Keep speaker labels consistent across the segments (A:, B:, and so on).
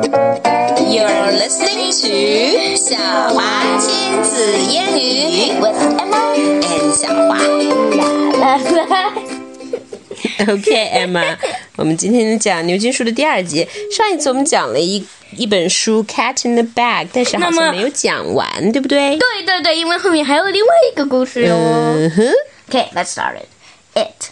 A: You're listening to 小华亲子英语 with Emma and 小华。
B: OK，Emma，、我 们今天讲牛津树的第二集。上一次我们讲了一一本书《Cat in the Bag》，但是好
C: 那么
B: 像没有讲完，对不对？
C: 对对对，因为后面还有另外一个故事哟。
B: 嗯哼，
C: Okay, let's start it. It.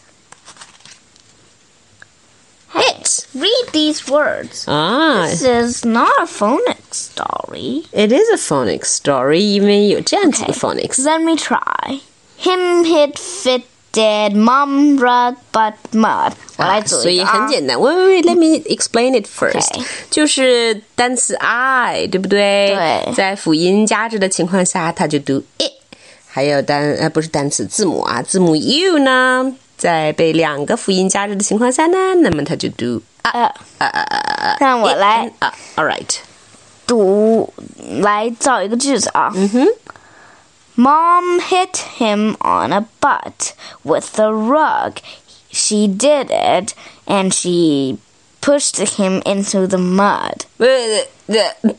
C: It. Read these words.
B: 啊、
C: This is not a phonics story.
B: It is a phonics story，因为有这样子的 phonics。
C: Let me try. Him hit fit dead mum rug but mud. 我来组
B: Ah，所
C: 一
B: 以
C: 个啊
B: 很简单。喂喂喂，Let me explain it first。
C: Okay
B: 就是单词 I，对不对？
C: 对
B: 在辅音加制的情况下，它就读 it。还有单呃不是单词字母啊，字母 u 呢，在被两个辅音加制的情况下呢，那么它就读
C: 呃，
B: 呃呃呃呃，
C: 让我来
B: 啊，All right，
C: 读，来造一个句子啊。
B: 嗯哼
C: Mom hit him on a butt with a rug. She did it, and she pushed him into the mud.
B: 呃呃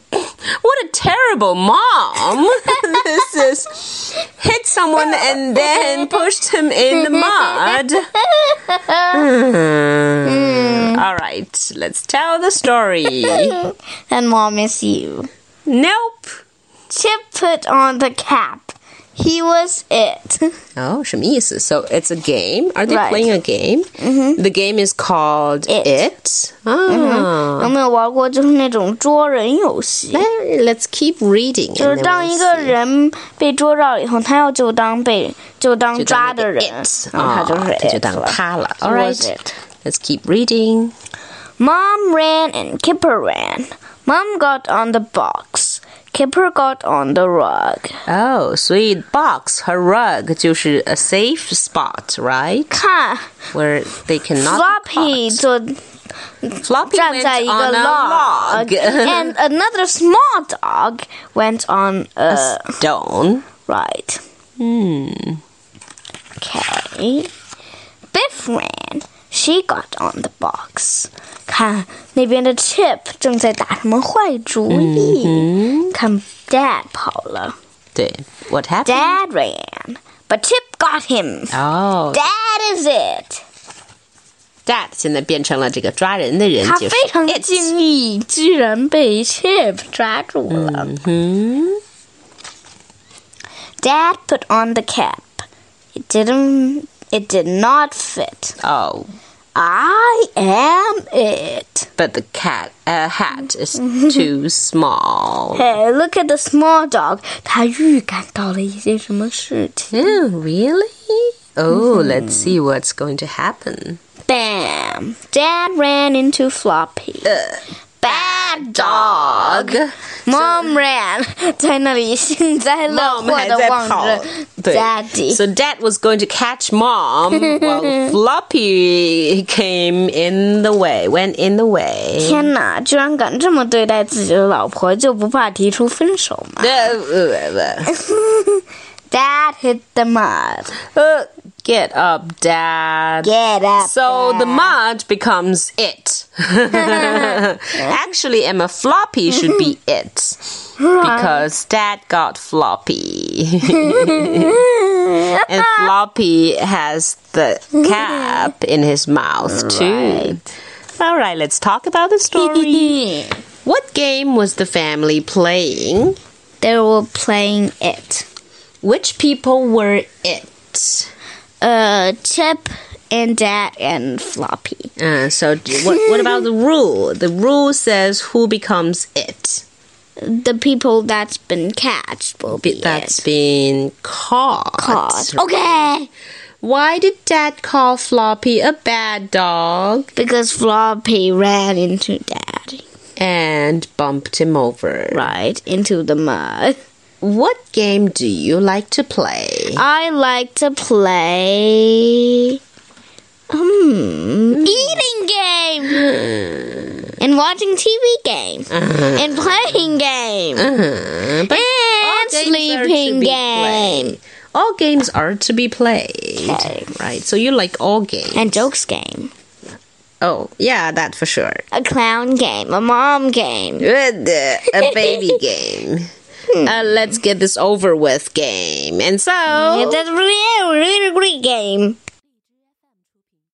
B: What a terrible mom! this is hit someone and then pushed him in the mud. Hmm. All right, let's tell the story.
C: And mom is you.
B: Nope.
C: Chip put on the cap. He was it.
B: 哦，什么意思？So Oh, it's a game. Are they
C: Right. Mm-hmm.
B: playing a game? The game is called
C: It.
B: It.
C: Mm-hmm.
B: Ah.
C: 有没有玩过就是那种捉人游戏？
B: Let- Let's keep reading.
C: 就
B: and
C: 是
B: then
C: 当
B: we'll
C: 一个
B: see.
C: 人被捉到以后，他要就当被就当
B: 就当
C: 抓
B: 那
C: 的
B: 个
C: 人
B: it，，Ah,
C: 然后他就是
B: 啊
C: it
B: 就当
C: 了
B: 他了。
C: He
B: All
C: was
B: right,
C: it.
B: let's keep reading.
C: Mom ran and Kipper ran. Mom got on the box. Kipper got on the rug.
B: Oh, 所以 box 和 rug 就是 a safe spot, right?
C: 看
B: Where they cannot
C: ，Floppy
B: be
C: 就
B: caught. Floppy
C: 站
B: went
C: 在一
B: on
C: 个
B: a log.
C: and another small dog went on a
B: Stone.
C: right.
B: Hmm.
C: Okay. Biff ran. She got on the box. 看那边的 Chip 正在打什么坏主意。看 Dad 跑了。
B: 对，What happened?
C: Dad ran, but Chip got him.
B: Oh,
C: Dad is it.
B: dad 现在变成了这个抓人的人，
C: 他
B: 就是
C: 非常
B: it。
C: 敬意，居然被 Chip 抓住了。
B: 嗯
C: Mm.
B: 哼
C: Dad put on the cap. It didn't. It did not fit.
B: Oh,
C: I am it.
B: but the cat uh, hat is
C: Mm-hmm.
B: too small.
C: Hey, look at the small dog. 他预感到了一些什么事情。
B: Oh, really? Oh,
C: Mm-hmm.
B: let's see what's going to happen.
C: Bam! Dad ran into Floppy. Bad dog. Mom ran，在那里幸灾乐祸的望着 Daddy。
B: So dad was going to catch mom while Floppy came in the way, went in the way.
C: 天哪，居然敢这么对待自己的老婆，就不怕提出分手吗
B: Uh, uh,
C: ？Dad hit the mud.
B: uh, uh, get up, dad.
C: Get up.
B: So the
C: Dad.
B: mud becomes it. Actually, Emma, floppy should be it because dad got floppy. and floppy has the cap in his mouth, too. All right, let's talk about the story. what game was the family playing?
C: They were playing it.
B: Which people were it?
C: Uh, Chip and Dad and Floppy.
B: Uh, so, d- what, what about the rule? The rule says who becomes it.
C: The people that's been catched will
B: Be-
C: be
B: That's
C: it.
B: been caught.
C: Caught. Okay.
B: Why did Dad call Floppy a bad dog
C: Because Floppy ran into Daddy.
B: and bumped him over?
C: Right into the mud.
B: What game do you like to play?
C: I like to play.
B: Hmm.
C: Um, eating game and watching TV game
B: Uh-huh.
C: and playing game Uh-huh.
B: but Uh-huh. all games are
C: and
B: to
C: sleeping
B: be
C: game
B: played. All games are to be played.
C: Okay.
B: Right. So you like all games.
C: and jokes game.
B: Oh, yeah, that for sure.
C: A clown game, a mom game.
B: Good. A baby game.
C: Hmm.
B: Uh, A let's get this over with game. And so.
C: It's a really, really great game.